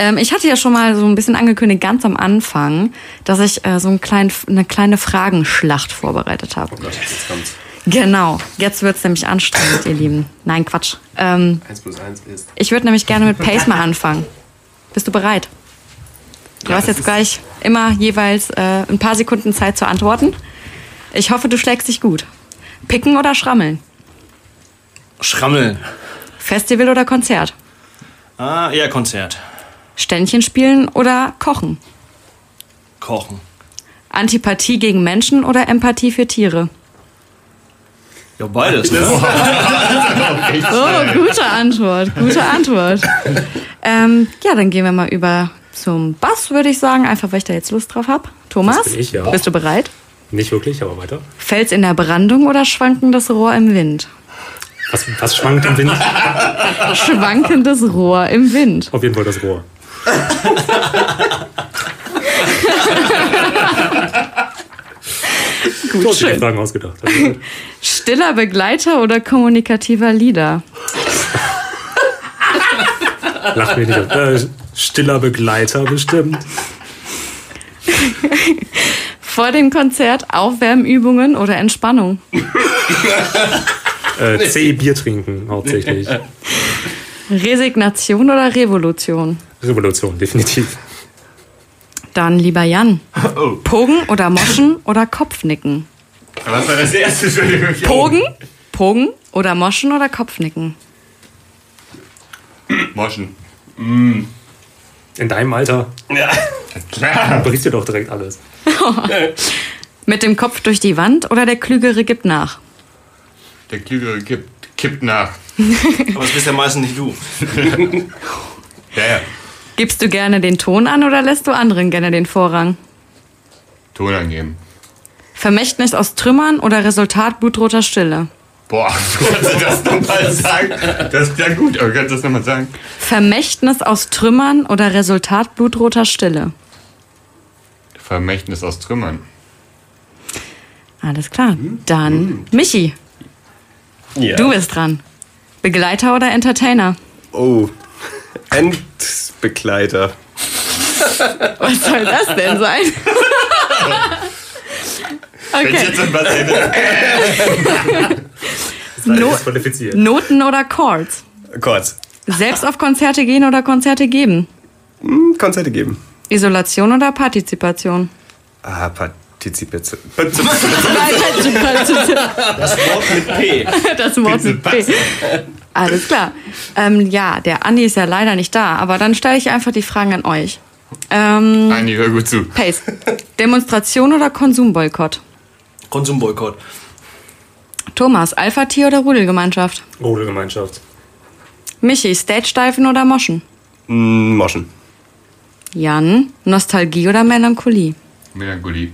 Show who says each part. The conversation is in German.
Speaker 1: Ähm, ich hatte ja schon mal so ein bisschen angekündigt, ganz am Anfang, dass ich äh, so einen kleinen, eine kleine Fragenschlacht vorbereitet habe.
Speaker 2: Oh Gott, jetzt kommt's.
Speaker 1: Genau, jetzt wird's nämlich anstrengend, ihr Lieben. Nein, Quatsch. Ähm,
Speaker 2: 1 plus 1 ist.
Speaker 1: ich würde nämlich gerne mit Pace mal anfangen. Bist du bereit? Du
Speaker 2: Ja,
Speaker 1: hast
Speaker 2: das
Speaker 1: jetzt
Speaker 2: ist-
Speaker 1: gleich immer jeweils äh, ein paar Sekunden Zeit zu antworten. Ich hoffe, du schlägst dich gut. Picken oder schrammeln?
Speaker 3: Schrammeln.
Speaker 1: Festival oder Konzert?
Speaker 3: Ah, eher Konzert.
Speaker 1: Ständchen spielen oder kochen?
Speaker 3: Kochen.
Speaker 1: Antipathie gegen Menschen oder Empathie für Tiere?
Speaker 3: Ja, beides, ne?
Speaker 1: Oh, gute Antwort, gute Antwort. ähm, ja, dann gehen wir mal über zum Bass, würde ich sagen, einfach weil ich da jetzt Lust drauf habe. Thomas,
Speaker 4: Das bin ich, ja.
Speaker 1: bist du bereit?
Speaker 4: Nicht wirklich, aber weiter.
Speaker 1: Fels in der Brandung oder schwankendes Rohr im Wind?
Speaker 4: Was, was schwankt im Wind?
Speaker 1: Schwankendes Rohr im Wind.
Speaker 4: Auf jeden Fall das Rohr.
Speaker 1: Gut,
Speaker 4: So, ich die
Speaker 1: schön.
Speaker 4: Fragen ausgedacht. Also,
Speaker 1: Stiller Begleiter oder kommunikativer Leader?
Speaker 4: Lach mich nicht. an. Äh, stiller Begleiter bestimmt.
Speaker 1: Vor dem Konzert Aufwärmübungen oder Entspannung?
Speaker 4: Äh, C, Bier trinken hauptsächlich.
Speaker 1: Resignation oder Revolution?
Speaker 4: Revolution, definitiv.
Speaker 1: Dann lieber Jan.
Speaker 2: Oh.
Speaker 1: Pogen oder Moschen oder Kopfnicken?
Speaker 2: Was war das erste? Entschuldigung.
Speaker 1: Pogen? Pogen oder Moschen oder Kopfnicken?
Speaker 2: Moschen.
Speaker 4: In deinem Alter
Speaker 3: ne?
Speaker 2: Ja.
Speaker 4: brichst du doch direkt alles.
Speaker 1: Mit dem Kopf durch die Wand oder der Klügere gibt nach?
Speaker 2: Der Klügere kippt, kippt nach.
Speaker 3: Aber das bist ja meistens nicht du.
Speaker 2: Ja, ja.
Speaker 1: Gibst du gerne den Ton an oder lässt du anderen gerne den Vorrang?
Speaker 2: Ton angeben.
Speaker 1: Vermächtnis aus Trümmern oder Resultat blutroter Stille?
Speaker 2: Boah, kannst du das nochmal sagen? Das klang gut, aber kannst du das nochmal sagen?
Speaker 1: Vermächtnis aus Trümmern oder Resultat blutroter Stille?
Speaker 2: Vermächtnis aus Trümmern.
Speaker 1: Alles klar.
Speaker 2: Mhm.
Speaker 1: Dann Michi,
Speaker 5: Ja.
Speaker 1: du bist dran. Begleiter oder Entertainer?
Speaker 5: Oh. Endbegleiter.
Speaker 1: Was soll das denn sein?
Speaker 2: Wenn ich
Speaker 1: okay.
Speaker 2: jetzt an was erinnere.
Speaker 1: No
Speaker 4: Qualifiziert.
Speaker 1: Noten oder Chords?
Speaker 5: Kurz.
Speaker 1: Selbst auf Konzerte gehen oder Konzerte geben?
Speaker 5: Hm, Konzerte geben.
Speaker 1: Isolation oder Partizipation?
Speaker 5: Ah, Partizipation.
Speaker 3: Wort mit P.
Speaker 1: Das Wort mit P. Alles klar. Ähm, ja, der Andi ist ja leider nicht da, aber dann stelle ich einfach die Fragen an euch. Ähm,
Speaker 2: Nein, hör gut zu.
Speaker 1: Pace, Demonstration oder Konsumboykott?
Speaker 3: Konsumboykott.
Speaker 1: Thomas, Alpha-Tier oder Rudelgemeinschaft?
Speaker 4: Rudelgemeinschaft.
Speaker 1: Michi, Stage-Steifen oder Moschen?
Speaker 5: Hm, Moschen.
Speaker 1: Jan, Nostalgie oder Melancholie?
Speaker 2: Melancholie.